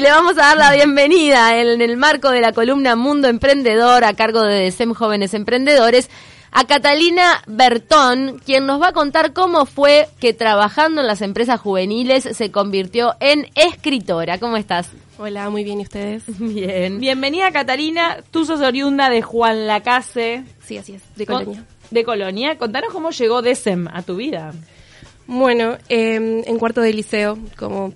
Le vamos a dar la bienvenida en el marco de la columna Mundo Emprendedor a cargo de SEM Jóvenes Emprendedores a Catalina Bertón, quien nos va a contar cómo fue que trabajando en las empresas juveniles se convirtió en escritora. ¿Cómo estás? Hola, muy bien, ¿y ustedes? Bien. Bienvenida Catalina, tú sos oriunda de Juan Lacase. Sí, así es, de Con- Colonia. De Colonia. Contanos cómo llegó DESEM a tu vida. Bueno, eh, en cuarto de liceo, como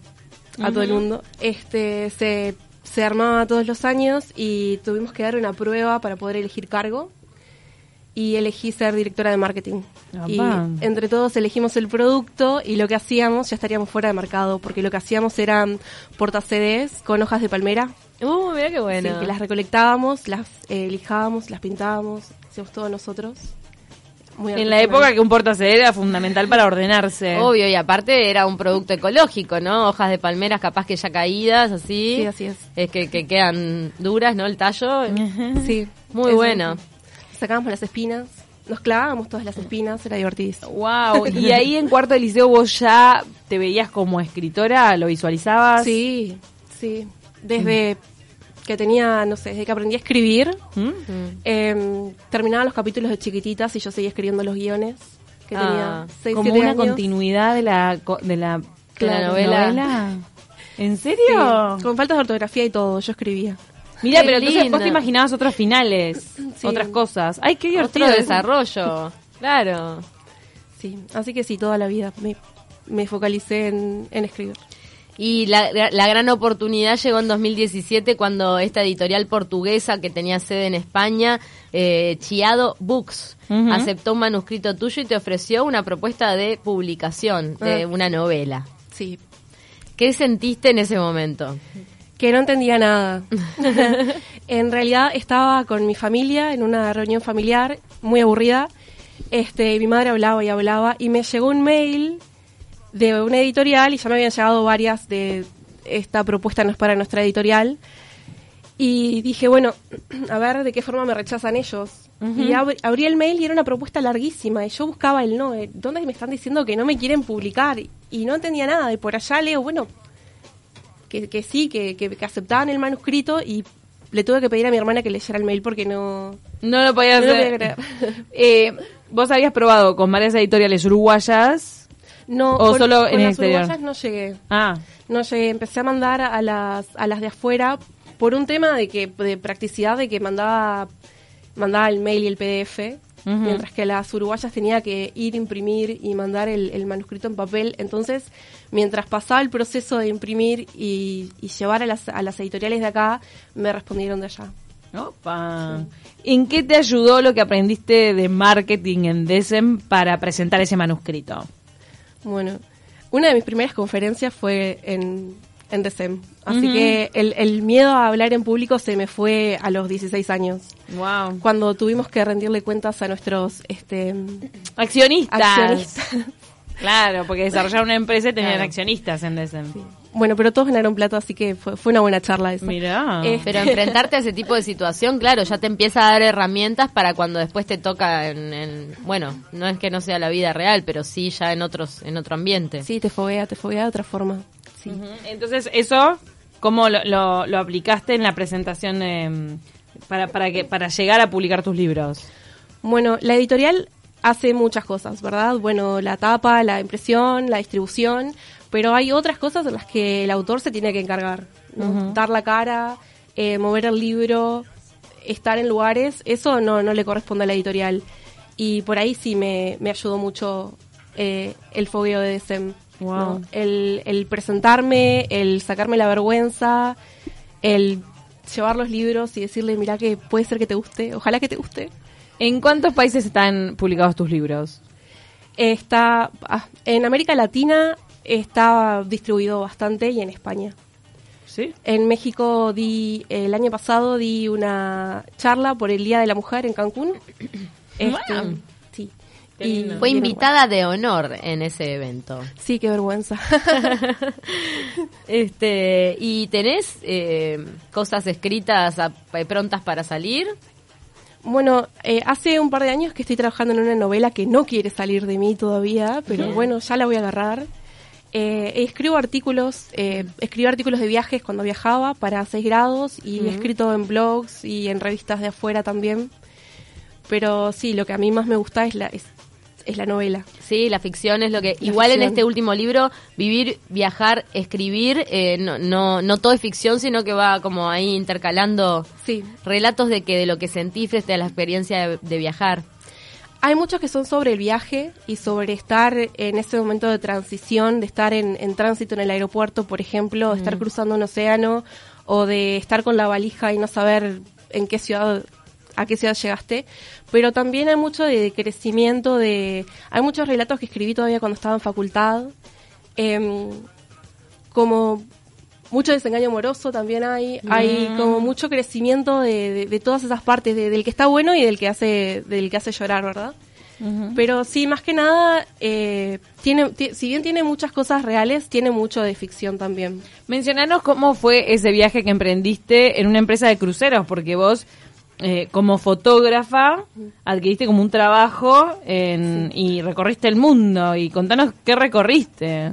a todo el mundo, este se, se armaba todos los años y tuvimos que dar una prueba para poder elegir cargo y elegí ser directora de marketing. Y Apá. entre todos elegimos el producto y lo que hacíamos, ya estaríamos fuera de mercado, porque lo que hacíamos eran porta CDs con hojas de palmera, Uh, mira qué bueno. sí, que las recolectábamos, las eh, lijábamos, las pintábamos, hacíamos todo nosotros. Muy En la artesanal. época que un porta CD era fundamental para ordenarse. Obvio, y aparte era un producto ecológico, ¿no? Hojas de palmeras capaz que ya caídas, así. Sí, así es. Es que, que quedan duras, ¿no? El tallo. Sí, Muy eso. bueno. Sacábamos las espinas, nos clavábamos todas las espinas, era divertido. Wow. Y ahí en cuarto de liceo vos ya te veías como escritora, lo visualizabas. Sí, sí. Desde que tenía, no sé, desde que aprendí a escribir, ¿Mm? em, terminaba los capítulos de chiquititas y yo seguía escribiendo los guiones que Ah, tenía. Seis, como siete una años. continuidad de la co- de la, De la de novela. ¿En Sí, serio? con faltas de ortografía y todo, yo escribía. Mira, Qué pero entonces vos lindo. te imaginabas otros finales, Sí. otras cosas. Ay, qué divertido. Otro es un- desarrollo. Claro. Sí, así que sí, toda la vida me, me focalicé en, en escribir. Y la, la gran oportunidad llegó en 2017 cuando esta editorial portuguesa que tenía sede en España, eh, Chiado Books, Ujú. aceptó un manuscrito tuyo y te ofreció una propuesta de publicación de Ah. una novela. Sí, ¿Qué sentiste en ese momento? que no entendía nada. en realidad estaba con mi familia en una reunión familiar muy aburrida. Este, y mi madre hablaba y hablaba y me llegó un mail de una editorial y ya me habían llegado varias de esta propuesta no es para nuestra editorial. Y dije, bueno, a ver de qué forma me rechazan ellos. Y abr- abrí el mail y era una propuesta larguísima. Y yo buscaba el no. eh, ¿Dónde me están diciendo que no me quieren publicar? Y no entendía nada. Y por allá leo, bueno, que, que sí, que, que, que aceptaban el manuscrito y le tuve que pedir a mi hermana que leyera el mail porque no... No lo podías No lo hacer. podía creer. Eh, vos habías probado con varias editoriales uruguayas. no O solo en el las exterior. uruguayas no llegué. Ah, No llegué. Empecé a mandar a las, a las de afuera por un tema de que de practicidad, de que mandaba, mandaba el mail y el PDF, Ujú. mientras que las uruguayas tenía que ir, imprimir y mandar el, el manuscrito en papel. Entonces, mientras pasaba el proceso de imprimir y, y llevar a las, a las editoriales de acá, me respondieron de allá. opa. ¿En qué te ayudó lo que aprendiste de marketing en DESEM para presentar ese manuscrito? Bueno, una de mis primeras conferencias fue en, en DSEM. Así que el, el miedo a hablar en público se me fue a los 16 años. Wow. Cuando tuvimos que rendirle cuentas a nuestros este, Accionistas. accionistas. Claro, porque desarrollar una empresa y tenían Claro. accionistas en DESEM. Bueno, pero todos ganaron plata, así que fue, fue una buena charla esa. Mirá. Eh, Pero enfrentarte a ese tipo de situación, claro, ya te empieza a dar herramientas para cuando después te toca en, en- bueno, no es que no sea la vida real, pero sí ya en otros en otro ambiente. Sí, te foguea, te foguea de otra forma. Sí. Ujú. Entonces, eso, ¿cómo lo, lo- lo aplicaste en la presentación em, para, para, que, para llegar a publicar tus libros? Bueno, la editorial hace muchas cosas, ¿verdad? Bueno, la tapa, la impresión, la distribución, pero hay otras cosas en las que el autor se tiene que encargar. ¿no? Dar la cara, eh, mover el libro, estar en lugares, eso no, no le corresponde a la editorial. Y por ahí sí me, me ayudó mucho eh, el fogueo de DSM. Wow. El, el presentarme, el sacarme la vergüenza, el llevar los libros y decirle, mirá que puede ser que te guste, ojalá que te guste. ¿En cuántos países están publicados tus libros? Está ah, en América Latina está distribuido bastante y en España. Sí. En México di el año pasado di una charla por el Día de la Mujer en Cancún. Este, Wow. sí. Qué lindo. Fue y en invitada de honor en ese evento. Uruguay. Sí, qué vergüenza. Este, ¿y tenés eh, cosas escritas a- eh, prontas para salir? bueno, eh, hace un par de años que estoy trabajando en una novela que no quiere salir de mí todavía, pero bueno, ya la voy a agarrar. Eh, escribo artículos, eh, escribí artículos de viajes cuando viajaba para 6 grados y he Ujú. escrito en blogs y en revistas de afuera también. Pero sí, lo que a mí más me gusta es la, es, es la novela. Sí, la ficción es lo que... La igual en ficción. este último libro, vivir, viajar, escribir, eh, no, no, no todo es ficción, sino que va como ahí intercalando Sí, relatos de que de lo que sentí frente a la experiencia de, de viajar. Hay muchos que son sobre el viaje y sobre estar en ese momento de transición, de estar en, en tránsito en el aeropuerto, por ejemplo, de estar cruzando un océano o de estar con la valija y no saber en qué ciudad a qué ciudad llegaste, pero también hay mucho de crecimiento de hay muchos relatos que escribí todavía cuando estaba en facultad. em, como mucho desengaño amoroso también hay, hay como mucho crecimiento de, de- de todas esas partes, de- del que está bueno y del que hace, del que hace llorar, ¿verdad? Pero sí, más que nada, eh, tiene, ti- si bien tiene muchas cosas reales, tiene mucho de ficción también. Mencionanos cómo fue ese viaje que emprendiste en una empresa de cruceros, porque vos, eh, como fotógrafa, adquiriste como un trabajo en- y recorriste el mundo. Y contanos qué recorriste.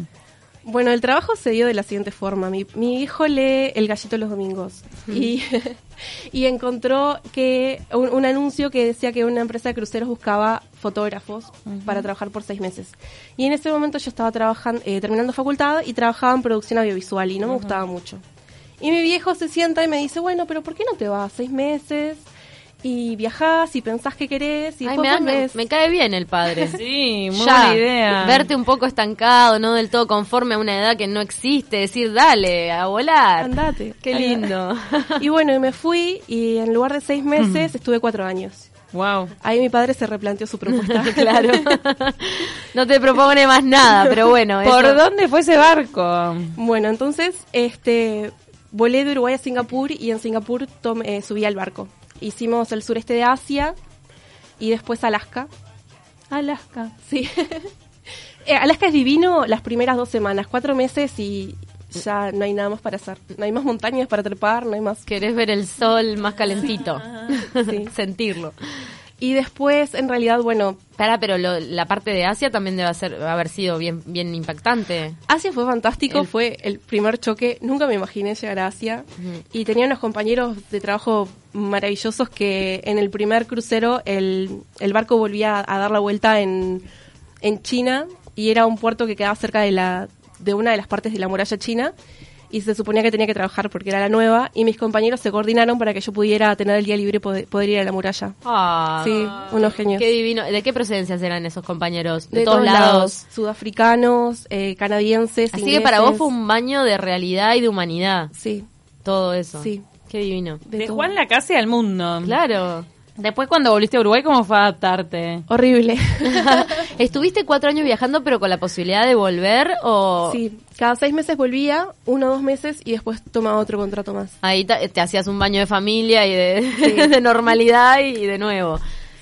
Bueno, el trabajo se dio de la siguiente forma. Mi, mi hijo lee El Gallito los domingos y, y encontró que un, un anuncio que decía que una empresa de cruceros buscaba fotógrafos para trabajar por seis meses. Y en ese momento yo estaba trabajando, eh, terminando facultad y trabajaba en producción audiovisual y no me gustaba mucho. Y mi viejo se sienta y me dice, bueno, pero ¿por qué no te vas seis meses y viajás y pensás que querés y Ay, después me, da- me- volvés?". me cae bien el padre. Sí, muy Ya, buena idea. Verte un poco estancado, no del todo conforme a una edad que no existe, decir, dale, a volar. Andate. Qué lindo. Y bueno, y me fui y en lugar de seis meses estuve cuatro años. Wow. Ahí mi padre se replanteó su propuesta. claro. no te propone más nada, pero bueno. ¿Por eso- dónde fue ese barco? bueno, entonces este, volé de Uruguay a Singapur y en Singapur tom- eh, subí al barco. Hicimos el sureste de Asia y después Alaska. Alaska. Sí. Eh, Alaska es divino las primeras dos semanas, cuatro meses y ya no hay nada más para hacer. No hay más montañas para trepar, no hay más. Querés ver el sol más calentito. Sí. Sentirlo. Y después, en realidad, bueno, Pará, pero lo- la parte de Asia también debe ser, haber sido bien, bien impactante. Asia Ah, fue fantástico, El- fue el primer choque, nunca me imaginé llegar a Asia y tenía unos compañeros de trabajo maravillosos que en el primer crucero el, el barco volvía a dar la vuelta en, en China y era un puerto que quedaba cerca de, la, de una de las partes de la muralla china y se suponía que tenía que trabajar porque era la nueva y mis compañeros se coordinaron para que yo pudiera tener el día libre y poder, poder ir a la muralla. Ah, Sí, unos genios. Qué divino. ¿De qué procedencias eran esos compañeros? De, todos lados, sudafricanos, eh, canadienses. Así que para vos ingleses. fue un baño de realidad y de humanidad. Sí, Todo eso. Sí. Qué divino. De, todo. Juan la casa al mundo. Claro. Después cuando volviste a Uruguay, ¿cómo fue adaptarte? Horrible. Estuviste cuatro años viajando, pero con la posibilidad de volver o... Sí, cada seis meses volvía, uno o dos meses y después tomaba otro contrato más. Ahí ta- te hacías un baño de familia y de, de normalidad y de nuevo.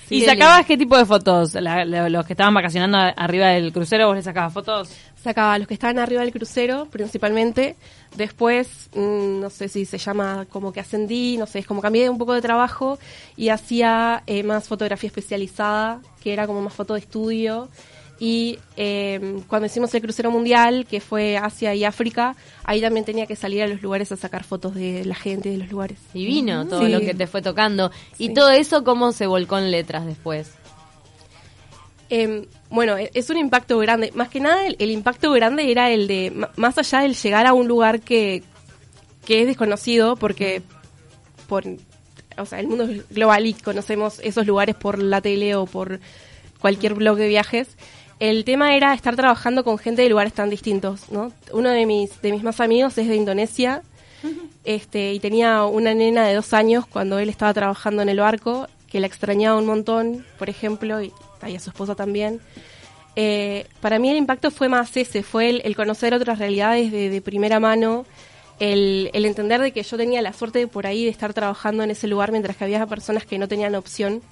¿Y Qué sacabas qué tipo de fotos? La- la- los que estaban vacacionando a- arriba del crucero, ¿vos les sacabas fotos? Sacaba a los que estaban arriba del crucero principalmente, después, mm, no sé si se llama como que ascendí, no sé, es como cambié un poco de trabajo y hacía eh, más fotografía especializada, que era como más foto de estudio. Y eh, cuando hicimos el crucero mundial, que fue Asia y África, ahí también tenía que salir a los lugares a sacar fotos de la gente, de los lugares. Divino todo Sí. lo que te fue tocando. Y Sí. todo eso, ¿cómo se volcó en letras después? Eh, bueno, e- es un impacto grande. Más que nada, el, el impacto grande era el de, m- más allá del llegar a un lugar que, que es desconocido, porque por, o sea, el mundo es global y conocemos esos lugares por la tele o por cualquier blog de viajes. El tema era estar trabajando con gente de lugares tan distintos, ¿no? Uno de mis, de mis más amigos es de Indonesia, este, y tenía una nena de dos años cuando él estaba trabajando en el barco, que la extrañaba un montón, por ejemplo, y, y a su esposa también. Eh, para mí el impacto fue más ese, fue el, el conocer otras realidades de, de primera mano, el, el entender de que yo tenía la suerte de por ahí de estar trabajando en ese lugar mientras que había personas que no tenían opción.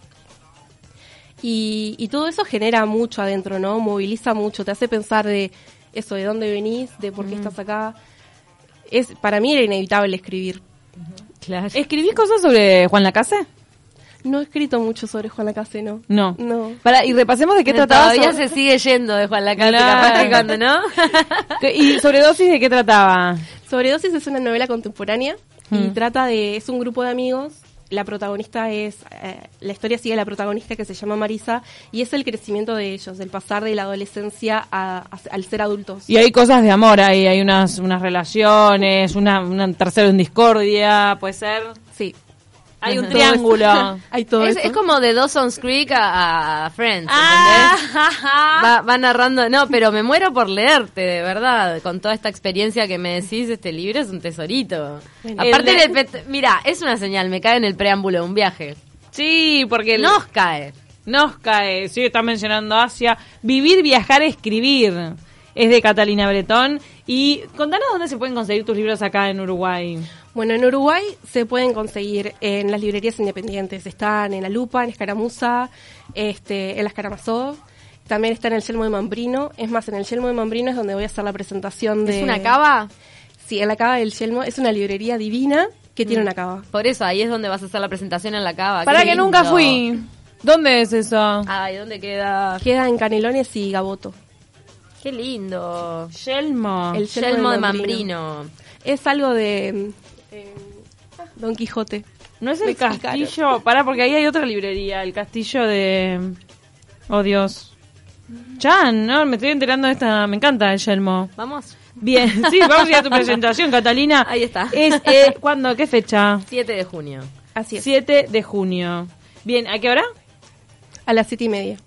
Y, y todo eso genera mucho adentro, ¿no? Moviliza mucho, te hace pensar de eso, de dónde venís, de por qué estás acá. Es, para mí era inevitable escribir. Claro. ¿Escribís cosas sobre Juan Lacase? No he escrito mucho sobre Juana Caseno. No. No. Para, y repasemos de qué Pero trataba. Todavía sobre- se sigue yendo de Juan Lacase, Claro. capaz que cuando, ¿no? que- ¿Y sobredosis de qué trataba? Sobredosis es una novela contemporánea Mm. y trata de. Es un grupo de amigos. La protagonista es. eh, la historia sigue a la protagonista que se llama Marisa y es el crecimiento de ellos, el pasar de la adolescencia a- a- al ser adultos. Y hay cosas de amor ahí, hay unas, unas relaciones, una, una tercera en discordia, puede ser. Sí. Hay un Todo triángulo. eso. Hay todo es, eso. es como de Dawson's Creek a, a Friends, Ah, ¿entendés? Va, va narrando, no, pero me muero por leerte, de verdad, con toda esta experiencia que me decís, este libro es un tesorito. Aparte, El de- del pet- mira, es una señal, me cae en el preámbulo de un viaje. Sí, porque el- Nos cae. nos cae. Sí, está mencionando Asia. Vivir, viajar, escribir. Es de Catalina Bretón. Y contanos dónde se pueden conseguir tus libros acá en Uruguay. Bueno, en Uruguay se pueden conseguir en las librerías independientes. Están en La Lupa, en Escaramuza, este, en La Escaramazó. También está en el Yelmo de Mambrino. Es más, en el Yelmo de Mambrino es donde voy a hacer la presentación de... ¿Es una cava? Sí, en la cava del Yelmo. Es una librería divina que Mm. tiene una cava. Por eso, ahí es donde vas a hacer la presentación en la cava. Para qué que lindo. nunca fui. ¿Dónde es eso? Ay, ¿dónde queda? Queda en Canelones y Gaboto. Qué lindo. Yelmo. El- yelmo Ah. Yelmo de de Mambrino. Es algo de... eh, Don Quijote. ¿No es Me el explicaron. castillo? Pará, porque ahí hay otra librería. El castillo de... Oh, Dios. Chan, ¿no? Me estoy enterando de esta... Me encanta el Yelmo. Vamos. Bien, sí, vamos a ir a tu presentación, Catalina. Ahí está. Es, eh, ¿Cuándo? ¿Qué fecha? 7 de junio. Así es. 7 de junio. Bien, ¿a qué hora? A las siete y media.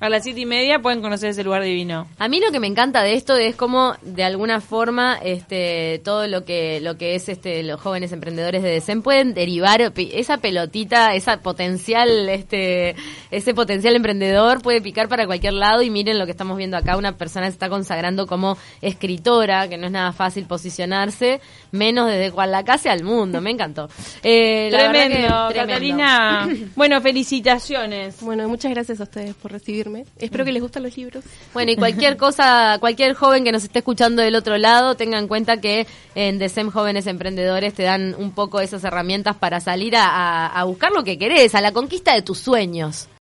A las siete y media pueden conocer ese lugar divino. A mí lo que me encanta de esto es cómo de alguna forma este todo lo que lo que es este los jóvenes emprendedores de DECEN pueden derivar pi- esa pelotita, esa potencial este ese potencial emprendedor puede picar para cualquier lado y miren lo que estamos viendo acá, una persona se está consagrando como escritora, que no es nada fácil posicionarse, menos desde Juan Lacase al mundo, me encantó. Eh, la verdad que- tremendo, tremendo. Catalina. Bueno, felicitaciones. Bueno, muchas gracias a ustedes por Mm. recibirme. Espero que les gusten los libros. Bueno, y cualquier cosa, cualquier joven que nos esté escuchando del otro lado, tenga en cuenta que en DECEM Jóvenes Emprendedores te dan un poco esas herramientas para salir a, a- a buscar lo que querés, a la conquista de tus sueños.